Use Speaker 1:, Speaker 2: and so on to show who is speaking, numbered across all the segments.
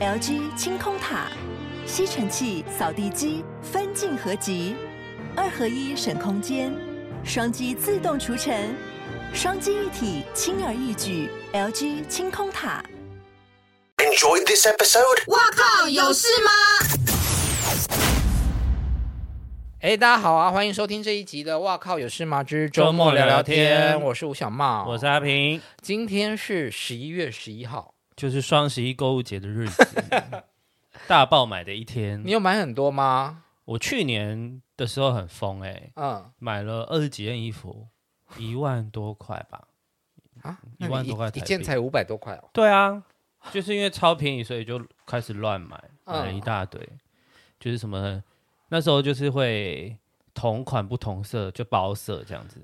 Speaker 1: LG 清空塔、吸尘器、扫地机分镜合集，二合一省空间，双击自动除尘，双击一体轻而易举。LG 清空塔。
Speaker 2: Enjoyed this episode?
Speaker 3: 哇靠，有事吗？
Speaker 4: 哎，大家好啊！欢迎收听这一集的《哇靠有事吗之
Speaker 5: 周
Speaker 4: 周末
Speaker 5: 末
Speaker 4: 聊
Speaker 5: 聊
Speaker 4: 聊
Speaker 5: 聊
Speaker 4: 天》，
Speaker 5: 天
Speaker 4: 我是吴小茂，
Speaker 5: 我是阿平，
Speaker 4: 今天是十一月十一号，
Speaker 5: 就是双十一购物节的日子，大爆买的一天
Speaker 4: 你。有买很多吗？
Speaker 5: 我去年的时候很疯哎、
Speaker 4: 嗯
Speaker 5: 买了二十几件衣服，一万多块吧。
Speaker 4: 啊，
Speaker 5: 一万多块
Speaker 4: 那你一
Speaker 5: 台币
Speaker 4: 一件才五百多块哦。
Speaker 5: 对啊，就是因为超便宜，所以就开始乱买，
Speaker 4: 嗯
Speaker 5: 买了一大堆。就是什么，那时候就是会同款不同色，就包色这样子，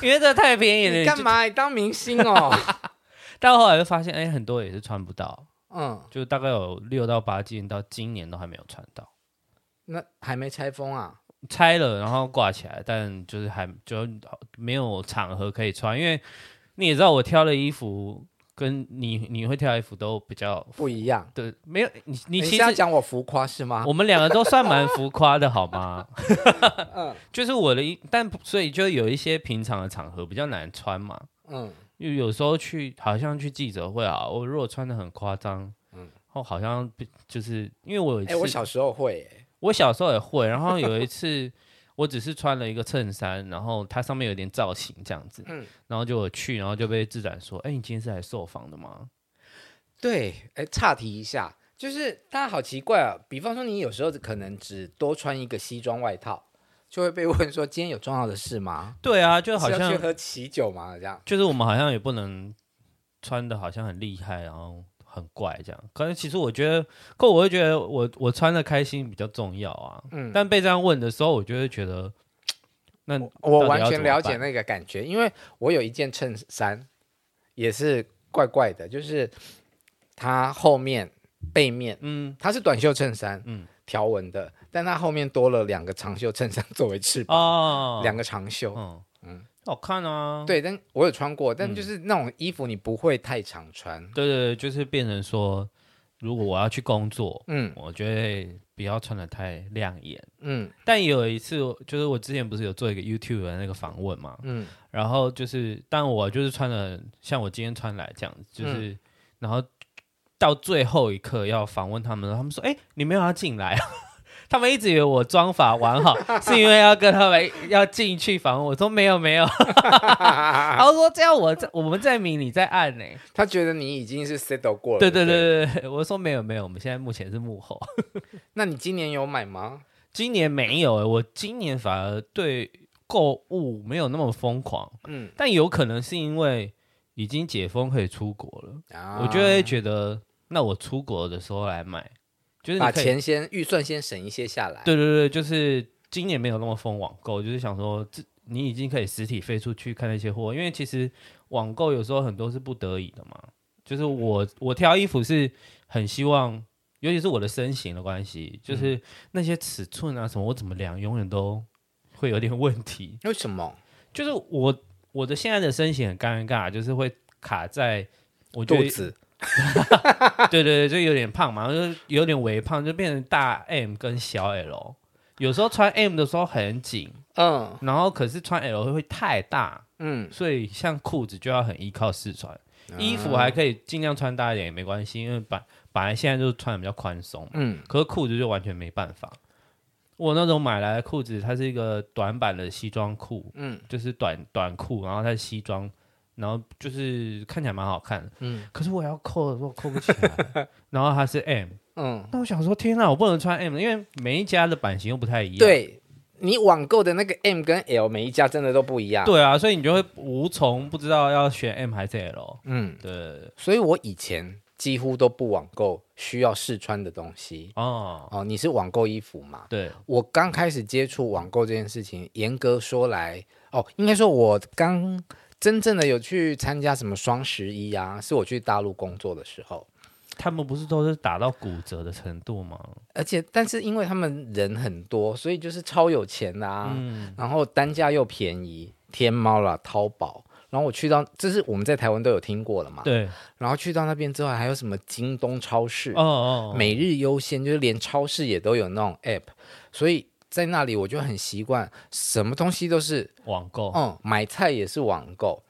Speaker 5: 因为这太便宜了。
Speaker 4: 你干
Speaker 5: 就？
Speaker 4: 嘛？你当明星哦？
Speaker 5: 但后来就发现，哎、很多也是穿不到，
Speaker 4: 嗯，
Speaker 5: 就大概有六到八件，到今年都还没有穿到。
Speaker 4: 那还没拆封啊？
Speaker 5: 拆了，然后挂起来，但就是还就没有场合可以穿，因为你也知道我挑的衣服跟你你会挑的衣服都比较
Speaker 4: 不一样。
Speaker 5: 对，没有你你
Speaker 4: 你
Speaker 5: 其
Speaker 4: 是要
Speaker 5: 实
Speaker 4: 讲我浮夸是吗？
Speaker 5: 我们两个都算蛮浮夸的好吗？
Speaker 4: 嗯
Speaker 5: 就是我的衣，但所以就有一些平常的场合比较难穿嘛，
Speaker 4: 嗯，
Speaker 5: 因为有时候去好像去记者会啊，我如果穿的很夸张，
Speaker 4: 嗯
Speaker 5: 嗯，后好像被就是因为我有一次
Speaker 4: 哎，我小时候会欸，
Speaker 5: 我小时候也会，然后有一次我只是穿了一个衬衫，然后它上面有点造型这样子，
Speaker 4: 嗯
Speaker 5: 然后就我去，然后就被自然说：“哎、你今天是来受访的吗
Speaker 4: 对，哎，岔题一下，就是大家好奇怪啊。比方说，你有时候可能只多穿一个西装外套，就会被问说今天有重要的事吗？？”
Speaker 5: 对啊，就好
Speaker 4: 是要去
Speaker 5: 像
Speaker 4: 喝喜酒嘛，这样。
Speaker 5: 就是我们好像也不能穿的好像很厉害，然后很怪这样。可是其实我觉得，可我会觉得我我穿的开心比较重要啊。
Speaker 4: 嗯，
Speaker 5: 但被这样问的时候，我就会觉得，那
Speaker 4: 我
Speaker 5: 到底
Speaker 4: 完
Speaker 5: 要
Speaker 4: 全
Speaker 5: 怎么
Speaker 4: 了解
Speaker 5: 办
Speaker 4: 那个感觉，因为我有一件衬衫，也是怪怪的，就是它后面背面
Speaker 5: 嗯
Speaker 4: 它是短袖衬衫，嗯
Speaker 5: 嗯，
Speaker 4: 条纹的，但它后面多了两个长袖衬衫 作为翅膀，
Speaker 5: 哦，
Speaker 4: 两个长袖。
Speaker 5: 嗯
Speaker 4: 嗯
Speaker 5: 嗯，好看啊。
Speaker 4: 对，但我有穿过，但
Speaker 5: 嗯
Speaker 4: 就是那种衣服你不会太常穿。
Speaker 5: 对对对，就是变成说，如果我要去工作，
Speaker 4: 嗯
Speaker 5: 我觉得不要穿的太亮眼。
Speaker 4: 嗯
Speaker 5: 但也有一次，就是我之前不是有做一个 YouTube 的那个访问嘛，
Speaker 4: 嗯
Speaker 5: 然后就是，但我就是穿的像我今天穿来这样子，就是，然后到最后一刻要访问他们，他们说：“哎、你没有要进来啊？” 他们一直以为我妆法完好，是因为要跟他们要进去访问。我说：“没有没有。”然后说：“这样我在我们在明，你在暗呢、
Speaker 4: 他觉得你已经是 settle 过了。
Speaker 5: 对对
Speaker 4: 对不，
Speaker 5: 对对对，我说没有没有，我们现在目前是幕后，
Speaker 4: 那你今年有买吗？
Speaker 5: 今年没有、欸，我今年反而对购物没有那么疯狂，
Speaker 4: 嗯，
Speaker 5: 但有可能是因为已经解封可以出国了，
Speaker 4: 啊
Speaker 5: 我就会觉得那我出国的时候来买，就是你
Speaker 4: 把
Speaker 5: 可以，
Speaker 4: 钱先预算先省一些下来。
Speaker 5: 对对对，就是今年没有那么疯网购，就是想说这你已经可以实体飞出去看那些货，因为其实网购有时候很多是不得已的嘛，就是
Speaker 4: 嗯
Speaker 5: 我我挑衣服是很希望，尤其是我的身形的关系，就是那些尺寸啊什么，我怎么量永远都会有点问题。
Speaker 4: 为什么？
Speaker 5: 就是我我的现在的身形很尴尬，就是会卡在我觉
Speaker 4: 肚
Speaker 5: 得
Speaker 4: 子。
Speaker 5: 对对对，就有点胖嘛，就是有点微胖，就变成大 M 跟小 L。有时候穿 M 的时候很紧，
Speaker 4: 嗯
Speaker 5: 然后可是穿 L 会太大，
Speaker 4: 嗯，
Speaker 5: 所以像裤子就要很依靠试穿，衣服还可以尽量穿大一点也没关系，因为本本来现在就是穿的比较宽松嘛，
Speaker 4: 嗯
Speaker 5: 可是裤子就完全没办法。我那种买来的裤子，它是一个短版的西装裤，
Speaker 4: 嗯
Speaker 5: 就是短短裤，然后它是西装，然后就是看起来蛮好看的，
Speaker 4: 嗯
Speaker 5: 可是我要扣的时候扣不起来，然后它是 M，
Speaker 4: 嗯，
Speaker 5: 那我想说，天哪，我不能穿 M，因为每一家的版型又不太一样。
Speaker 4: 对你网购的那个 M 跟 L 每一家真的都不一样。，
Speaker 5: 对啊，所以你就会无从不知道要选 M 还是 L。
Speaker 4: 嗯，
Speaker 5: 对，
Speaker 4: 所以我以前几乎都不网购需要试穿的东西。
Speaker 5: 哦，
Speaker 4: 哦，你是网购衣服嘛？
Speaker 5: 对，
Speaker 4: 我刚开始接触网购这件事情，严格说来，哦，应该说我刚真正的有去参加什么双十一啊，是我去大陆工作的时候。
Speaker 5: 他们不是都是打到骨折的程度吗？
Speaker 4: 而且，但是因为他们人很多，所以
Speaker 5: 嗯
Speaker 4: 就是超有钱的啊，然后单价又便宜，天猫啦、淘宝，然后我去到，这是我们在台湾都有听过了嘛。。
Speaker 5: 对，
Speaker 4: 然后去到那边之后，还有什么京东超市、
Speaker 5: 哦哦，
Speaker 4: 每日优先，就是连超市也都有那种 app，所以在那里我就很习惯，什么东西都是，
Speaker 5: 网购，
Speaker 4: 嗯，买菜也是网购，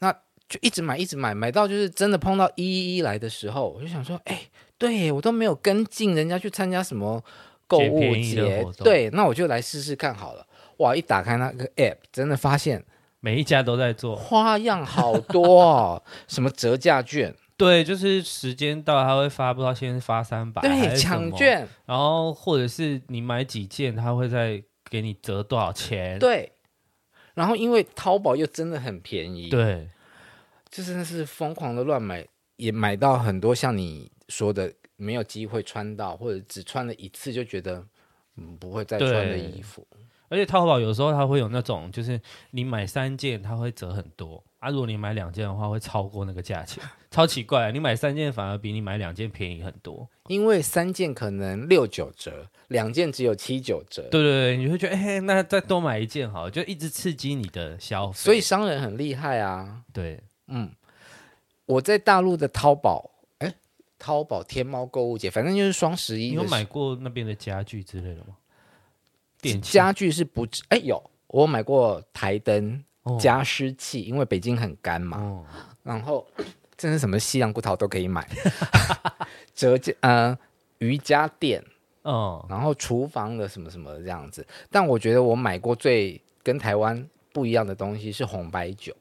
Speaker 4: 那就一直买一直买，买到就是真的碰到一一一来的时候，我就想说，哎、对耶我都没有跟进人家去参加什么购
Speaker 5: 捡
Speaker 4: 物
Speaker 5: 便宜的
Speaker 4: 节
Speaker 5: 活，动
Speaker 4: 对，那我就来试试看好了。哇！一打开那个 app，真的发现
Speaker 5: 每一家都在做。
Speaker 4: 花样好多哦，什么折价券，
Speaker 5: 对，就是时间到，他会发，不知道先发三百，
Speaker 4: 对，抢，券，
Speaker 5: 然后或者是你买几件，他会再给你折多少钱。
Speaker 4: 对，然后因为淘宝又真的很便宜，，
Speaker 5: 对，
Speaker 4: 就真的是疯狂的乱买，也买到很多像你说的没有机会穿到，或者只穿了一次就觉得嗯不会再穿的
Speaker 5: 对
Speaker 4: 衣服。
Speaker 5: 而且淘宝有时候它会有那种，就是你买三件，它会折很多啊。如果你买两件的话，会超过那个 价钱，超奇怪、啊你买三件反而比你买两件便宜很多。
Speaker 4: 因为三件可能六九折，两件只有七九折，
Speaker 5: 对对对，你会觉得，哎、那再多买一件好了，就一直刺激你的消费。
Speaker 4: 所以商人很厉害啊。
Speaker 5: 对，
Speaker 4: 嗯，我在大陆的淘宝，哎，淘宝天猫购物节，反正就是双十一
Speaker 5: 你
Speaker 4: 的时
Speaker 5: 有
Speaker 4: 候，
Speaker 5: 买过那边的家具之类的吗？电器
Speaker 4: 家具是不止，哎有，我有买过台灯、
Speaker 5: 哦
Speaker 4: 加湿器，因为北京很干嘛，
Speaker 5: 哦，
Speaker 4: 然后真是什么西洋骨头都可以买， 折价呃瑜伽垫，
Speaker 5: 嗯，
Speaker 4: 然后厨房的什么什么这样子。但我觉得我买过最跟台湾不一样的东西是红白酒，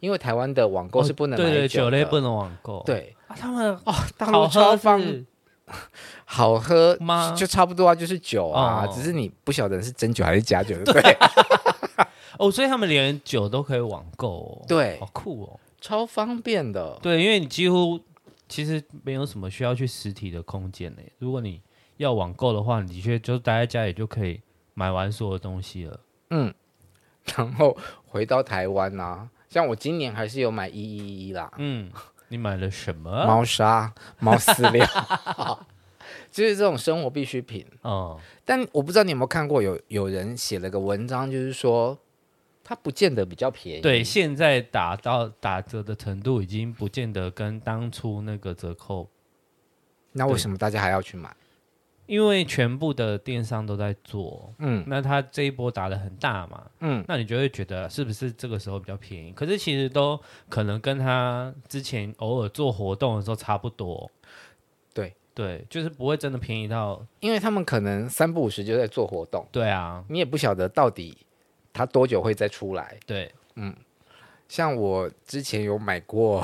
Speaker 4: 因为台湾的网购是不能
Speaker 5: 哦对
Speaker 4: 买
Speaker 5: 对，
Speaker 4: 酒
Speaker 5: 酒
Speaker 4: 的，
Speaker 5: 类不能网购。
Speaker 4: 对
Speaker 5: 啊，他们哦，
Speaker 4: 大陆超方
Speaker 5: 是
Speaker 4: 好喝
Speaker 5: 吗
Speaker 4: 就差不多啊，就是酒啊，
Speaker 5: 哦
Speaker 4: 只是你不晓得是真酒还是假酒， 对不对，
Speaker 5: 哦，所以他们连酒都可以网购哦。
Speaker 4: 对
Speaker 5: 好酷哦。
Speaker 4: 超方便的。
Speaker 5: 对，因为你几乎其实没有什么需要去实体的空间呢。如果你要网购的话，你的确就待在家里就可以买完所有东西了。
Speaker 4: 嗯，然后回到台湾啊，像我今年还是有买一一一啦，
Speaker 5: 嗯， 你买了什么？
Speaker 4: 猫砂、猫饲料， 就是这种生活必需品。
Speaker 5: 嗯，
Speaker 4: 但我不知道你有没有看过有，有人写了个文章，就是说它不见得比较便宜，
Speaker 5: 对，现在打到打折的程度已经不见得跟当初那个折扣，
Speaker 4: 那为什么大家还要去买？
Speaker 5: 因为全部的电商都在做。
Speaker 4: 嗯
Speaker 5: 那它这一波打的很大嘛，
Speaker 4: 嗯，
Speaker 5: 那你就会觉得是不是这个时候比较便宜？可是其实都可能跟他之前偶尔做活动的时候差不多。
Speaker 4: 对
Speaker 5: 对，就是不会真的便宜到
Speaker 4: 因为他们可能三不五时就在做活动，
Speaker 5: 对啊，
Speaker 4: 你也不晓得到底它多久会再出来。
Speaker 5: 对
Speaker 4: 像我之前有买过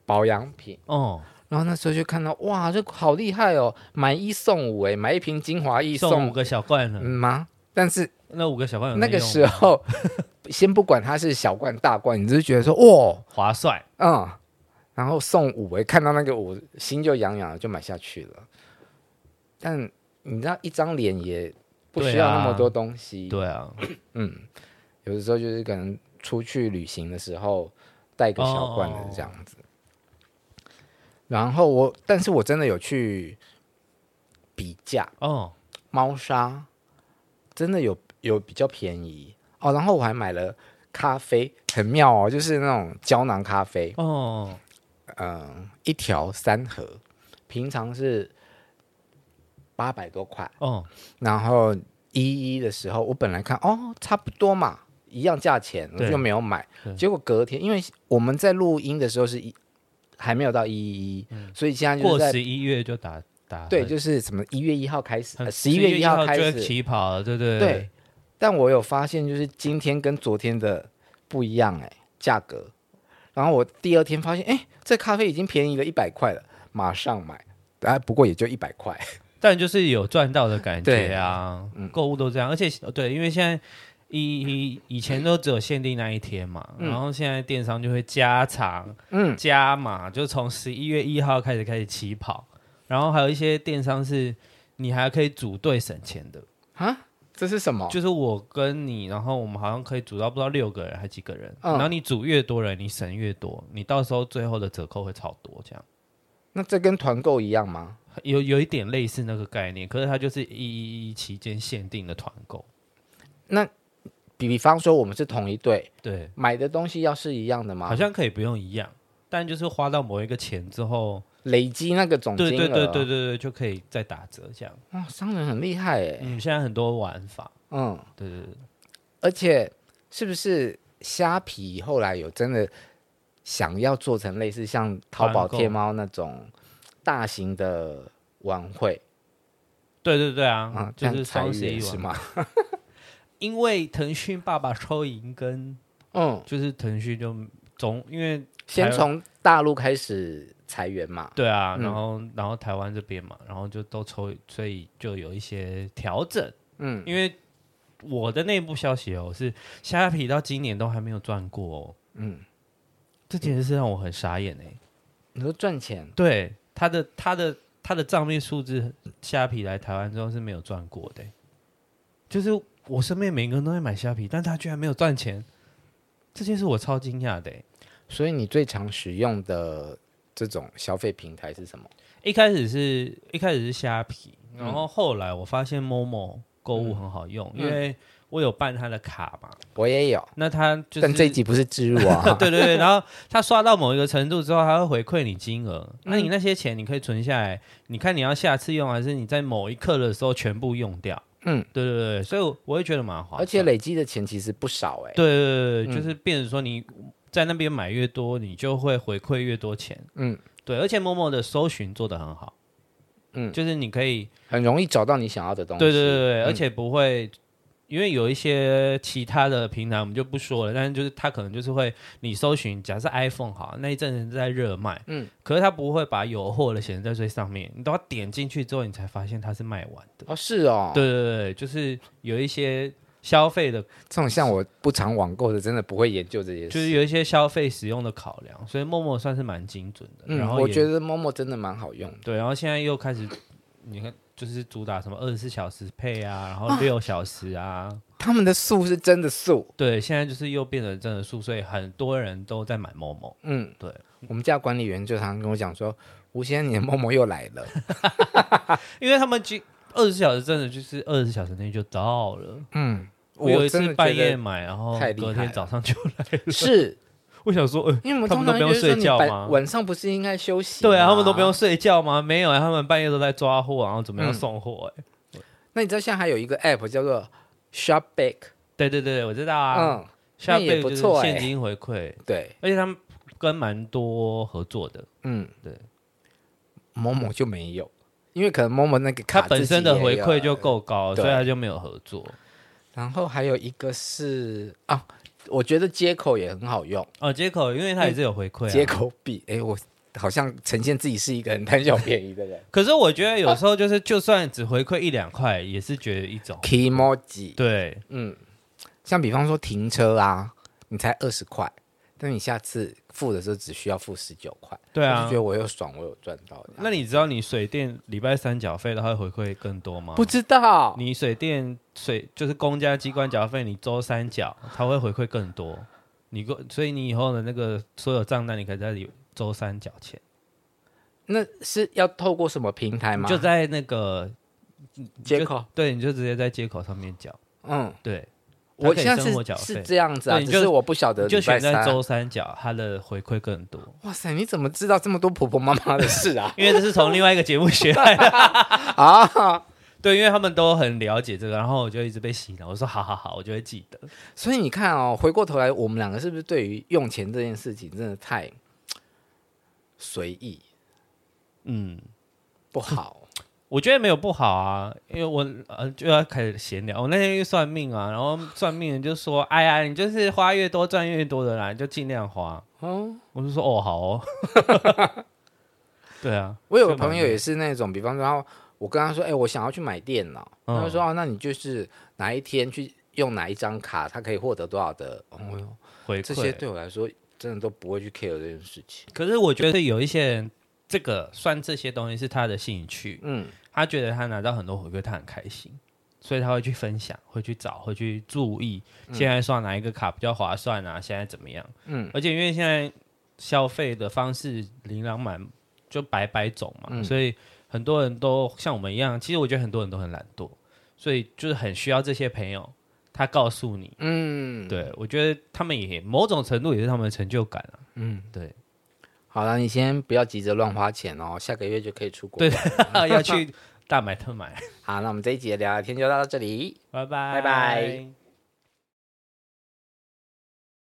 Speaker 4: 保养品。
Speaker 5: 哦，
Speaker 4: 然后那时候就看到，哇，这好厉害哦！买一送五，哎，买一瓶精华液
Speaker 5: 送
Speaker 4: 送
Speaker 5: 五个小罐呢，
Speaker 4: 嗯吗？但是
Speaker 5: 那五个小罐有
Speaker 4: 那
Speaker 5: 在
Speaker 4: 个
Speaker 5: 用
Speaker 4: 时
Speaker 5: 吗
Speaker 4: 候， 先不管它是小罐大罐，你只是觉得说，哇，
Speaker 5: 划 算，
Speaker 4: 嗯，然后送五哎，看到那个五，心就痒痒了，就买下去了。但你知道，一张脸也不需要那么多东西。
Speaker 5: 对啊，
Speaker 4: 嗯，有的时候就是可能出去旅行的时候带个小罐的这样
Speaker 5: 哦
Speaker 4: 子。然后我，但是我真的有去比价，
Speaker 5: 哦，
Speaker 4: 猫砂真的有有比较便宜哦。然后我还买了咖啡，很妙哦，就是那种胶囊咖啡，
Speaker 5: 哦，
Speaker 4: 嗯，一条三盒，平常是八百多块，
Speaker 5: 哦，
Speaker 4: 然后一一的时候，我本来看哦差不多嘛，一样价钱，我
Speaker 5: 对
Speaker 4: 就没有买
Speaker 5: 对。
Speaker 4: 结果隔天，因为我们在录音的时候是一还没有到一一一，所以现在就是
Speaker 5: 嗯过
Speaker 4: 在
Speaker 5: 十一月就打打
Speaker 4: 对，
Speaker 5: 很
Speaker 4: 就是什么一月一号开始，呃
Speaker 5: 很
Speaker 4: 十一、11月一号
Speaker 5: 11
Speaker 4: 开
Speaker 5: 就会
Speaker 4: 始
Speaker 5: 起跑了，对对
Speaker 4: 对，，但我有发现，就是今天跟昨天的不一样哎、价格。然后我第二天发现，哎，这咖啡已经便宜了一百块了，马上买。啊，不过也就一百块。
Speaker 5: 但就是有赚到的感觉啊
Speaker 4: 对嗯，
Speaker 5: 购、物都这样，而且呃对，因为现在以以以前都只有限定那一天嘛，
Speaker 4: 嗯
Speaker 5: 然后现在电商就会加长
Speaker 4: 嗯，
Speaker 5: 加码，就从十一月一号开始开始起跑，然后还有一些电商是你还可以组队省钱的，
Speaker 4: 啊，这是什么？
Speaker 5: 就是我跟你，然后我们好像可以组到不知道六个人还几个人，
Speaker 4: 嗯
Speaker 5: 然后你组越多人，你省越多，你到时候最后的折扣会超多这样。
Speaker 4: 那这跟团购一样吗？
Speaker 5: 有有一点类似那个概念，可是它就是一一一期间限定的团购。
Speaker 4: 比比方说我们是同一队，
Speaker 5: 对，
Speaker 4: 买的东西要是一样的吗？
Speaker 5: 好像可以不用一样，但就是花到某一个钱之后，
Speaker 4: 累积那个总金额，
Speaker 5: 对对对对对对，就可以再打折这样。
Speaker 4: 哇，商人很厉害哎，
Speaker 5: 嗯，现在很多玩法，
Speaker 4: 嗯，
Speaker 5: 对对对，
Speaker 4: 而且是不是虾皮后来有真的想要做成类似像淘宝、
Speaker 5: 团购
Speaker 4: 天猫那种大型的晚会
Speaker 5: 对对对啊，
Speaker 4: 啊？
Speaker 5: 就
Speaker 4: 像
Speaker 5: 是
Speaker 4: 彩
Speaker 5: 双
Speaker 4: 云
Speaker 5: 十一
Speaker 4: 是
Speaker 5: 玩
Speaker 4: 吗？
Speaker 5: 因为腾讯爸爸抽银根，
Speaker 4: 嗯，
Speaker 5: 就是腾讯就总因为
Speaker 4: 先
Speaker 5: 台
Speaker 4: 从大陆开始裁员嘛。
Speaker 5: 对啊，
Speaker 4: 嗯
Speaker 5: 然后然后台湾这边嘛，然后就都抽，所以就有一些调整。
Speaker 4: 嗯，
Speaker 5: 因为我的内部消息哦，是虾皮到今年都还没有赚过、哦，
Speaker 4: 嗯
Speaker 5: 嗯，这件事让我很傻眼哎、
Speaker 4: 你说赚钱，
Speaker 5: 对，他的他的他的账面数字，虾皮来台湾之后是没有赚过的欸、就是我身边每个人都在买虾皮，但他居然没有赚钱，这件事我超惊讶的欸、
Speaker 4: 所以你最常使用的这种消费平台是什么？
Speaker 5: 一开始是一开始是虾皮，然
Speaker 4: 嗯
Speaker 5: 后后来我发现 Momo 购物很好用，因为我有办他的卡嘛，
Speaker 4: 我也有，
Speaker 5: 那他就是
Speaker 4: 但这一集不是植入 啊。
Speaker 5: 对 对对，然后他刷到某一个程度之后，他会回馈你金额。
Speaker 4: 嗯
Speaker 5: 那你那些钱你可以存下来，你看你要下次用，还是你在某一刻的时候全部用掉？
Speaker 4: 嗯，
Speaker 5: 对对对，所以我我会觉得蛮划算。
Speaker 4: 而且累积的钱其实不少哎、
Speaker 5: 对，对对
Speaker 4: 嗯
Speaker 5: 对，就是变成说你在那边买越多，你就会回馈越多钱。
Speaker 4: 嗯，
Speaker 5: 对，而且陌陌的搜寻做得很好。
Speaker 4: 嗯
Speaker 5: 就是你可以，
Speaker 4: 很容易找到你想要的东西。
Speaker 5: 对对对对，
Speaker 4: 嗯
Speaker 5: 而且不会。因为有一些其他的平台我们就不说了，但是就是它可能就是会你搜寻，假设 iPhone 好那一阵子在热卖，
Speaker 4: 嗯
Speaker 5: 嗯，可是它不会把有货的显示在最上面，你都要点进去之后你才发现它是卖完的。
Speaker 4: 哦是哦，
Speaker 5: 对对对，对就是有一些消费的，
Speaker 4: 这种像我不常网购的，真的不会研究这些事。
Speaker 5: 就是有一些消费使用的考量，所以陌陌算是蛮精准的。
Speaker 4: 嗯
Speaker 5: 然，后
Speaker 4: 我
Speaker 5: 也
Speaker 4: 觉得 Momo 真的蛮好用的。
Speaker 5: 对，然后现在又开始，你看就是主打什么二十四小时配啊，然后六小时啊
Speaker 4: 他们的素是真的素，
Speaker 5: 对，现在就是又变得真的素，所以很多人都在买某某。
Speaker 4: 嗯，
Speaker 5: 对。
Speaker 4: 我们家管理员就常常跟我讲说，吴先生，你的 Momo 又来 了。
Speaker 5: 因为他们就二十四小时真的就是二十小时内就到了。
Speaker 4: 嗯，
Speaker 5: 我有一
Speaker 4: 真的
Speaker 5: 次
Speaker 4: 觉
Speaker 5: 半夜
Speaker 4: 得
Speaker 5: 买，然后
Speaker 4: 太厉
Speaker 5: 隔
Speaker 4: 害
Speaker 5: 天
Speaker 4: 了
Speaker 5: 早上就来 了。
Speaker 4: 是
Speaker 5: 我想说，呃，
Speaker 4: 因为我们
Speaker 5: 他
Speaker 4: 通
Speaker 5: 们都
Speaker 4: 常就
Speaker 5: 不用
Speaker 4: 是说
Speaker 5: 睡
Speaker 4: 你
Speaker 5: 觉
Speaker 4: 白
Speaker 5: 吗
Speaker 4: 晚上不是应该休息？
Speaker 5: 对啊，他们都不用。睡觉吗？没有，啊他们半夜都在抓货，然后怎么样
Speaker 4: 嗯
Speaker 5: 送货、哎、
Speaker 4: 那你知道现在还有一个 App 叫做 Shop Back，
Speaker 5: 对对对，我知道啊。
Speaker 4: 嗯，
Speaker 5: 下
Speaker 4: 那也
Speaker 5: 辈
Speaker 4: 不
Speaker 5: 就是
Speaker 4: 错哎
Speaker 5: 现金回馈，
Speaker 4: 对，
Speaker 5: 而且他们跟蛮多合作的，
Speaker 4: 嗯，
Speaker 5: 对
Speaker 4: ，Momo 就没有，因为可能 Momo 那个
Speaker 5: 他
Speaker 4: 卡
Speaker 5: 本
Speaker 4: 自己
Speaker 5: 身的
Speaker 4: 也
Speaker 5: 回
Speaker 4: 有啊
Speaker 5: 馈就。够高，
Speaker 4: 对
Speaker 5: 所以他就没有合作。
Speaker 4: 然后还有一个是啊，我觉得接口也很好用，
Speaker 5: 哦，接口，因为
Speaker 4: 嗯
Speaker 5: 他也是有回馈、啊，
Speaker 4: 接口比哎我。好像呈现自己是一个很贪小便宜的人
Speaker 5: 可是我觉得有时候就是，就算只回馈一两块，也是觉得一种
Speaker 4: k i m o j i
Speaker 5: 对
Speaker 4: 嗯，像比方说停车啊，你才二十块，但你下次付的时候只需要付十九块，
Speaker 5: 对
Speaker 4: 我
Speaker 5: 啊
Speaker 4: 就觉。得我有爽，我有赚到。
Speaker 5: 那你知道你水电礼拜三缴费的话会回馈更多吗？
Speaker 4: 不知道
Speaker 5: 你水电水就是公家机关缴费，你周三缴，它会回馈更多。你过，所以你以后的那个所有账单，你可以在里周三缴钱，
Speaker 4: 那是要透过什么平台吗？
Speaker 5: 就在那个
Speaker 4: 接
Speaker 5: 就
Speaker 4: 口。
Speaker 5: 对，你就直接在接口上面缴，
Speaker 4: 嗯，
Speaker 5: 对，它
Speaker 4: 我
Speaker 5: 可以
Speaker 4: 现在
Speaker 5: 生活缴
Speaker 4: 是
Speaker 5: 费
Speaker 4: 是这样子啊，
Speaker 5: 对你
Speaker 4: 只
Speaker 5: 就是
Speaker 4: 我不晓得
Speaker 5: 你就
Speaker 4: 礼拜
Speaker 5: 选在
Speaker 4: 三。啊
Speaker 5: 周三缴，它的回馈更多，？
Speaker 4: 哇塞，你怎么知道这么多婆婆妈妈的事啊
Speaker 5: 因为这是从另外一个节目学来的。
Speaker 4: 啊，
Speaker 5: 对，因为他们都很了解这个，然后我就一直被洗脑。我说好好好，我就会记得。
Speaker 4: 所以你看哦，回过头来，我们两个是不是对于用钱这件事情真的太随意
Speaker 5: 嗯，
Speaker 4: 不 好？
Speaker 5: 我觉得没有不好啊，因为我呃就要开始闲聊。我那天去算命啊，然后算命人就说：“哎呀，你就是花越多赚越多的啦，你就尽量花。”
Speaker 4: 哦，
Speaker 5: 我就说：“哦，好哦。” 对啊，
Speaker 4: 我有个朋友也是那种，比方说他，我跟他说，哎、我想要去买电脑，
Speaker 5: 嗯
Speaker 4: 他就说，哦，那你就是哪一天去用哪一张卡，他可以获得多少的？哦哟，
Speaker 5: 回
Speaker 4: 这些
Speaker 5: 馈。
Speaker 4: 对我来说真的都不会去 care 这件事情。
Speaker 5: 可是我觉得有一些人，这个算这些东西是他的兴趣，
Speaker 4: 嗯，
Speaker 5: 他觉得他拿到很多回馈，他很开心，所以他会去分享，会去找，会去注意，现在刷哪一个卡比较划算啊？现在怎么样？
Speaker 4: 嗯
Speaker 5: 嗯，而且因为现在消费的方式琳琅满，就百百种
Speaker 4: 嗯
Speaker 5: 嘛，所以很多人都像我们一样，其实我觉得很多人都很懒惰，所以就是很需要这些朋友他告诉你，
Speaker 4: 嗯，，
Speaker 5: 对我觉得他们也某种程度也是他们的成就感啊。
Speaker 4: 嗯，
Speaker 5: 对，
Speaker 4: 好了，你先不要急着乱花钱哦，下个月就可以出国。
Speaker 5: 对， 要去大买特买，
Speaker 4: 好，那我们这一集的聊聊天就到这里。
Speaker 5: 拜拜，
Speaker 4: 拜拜。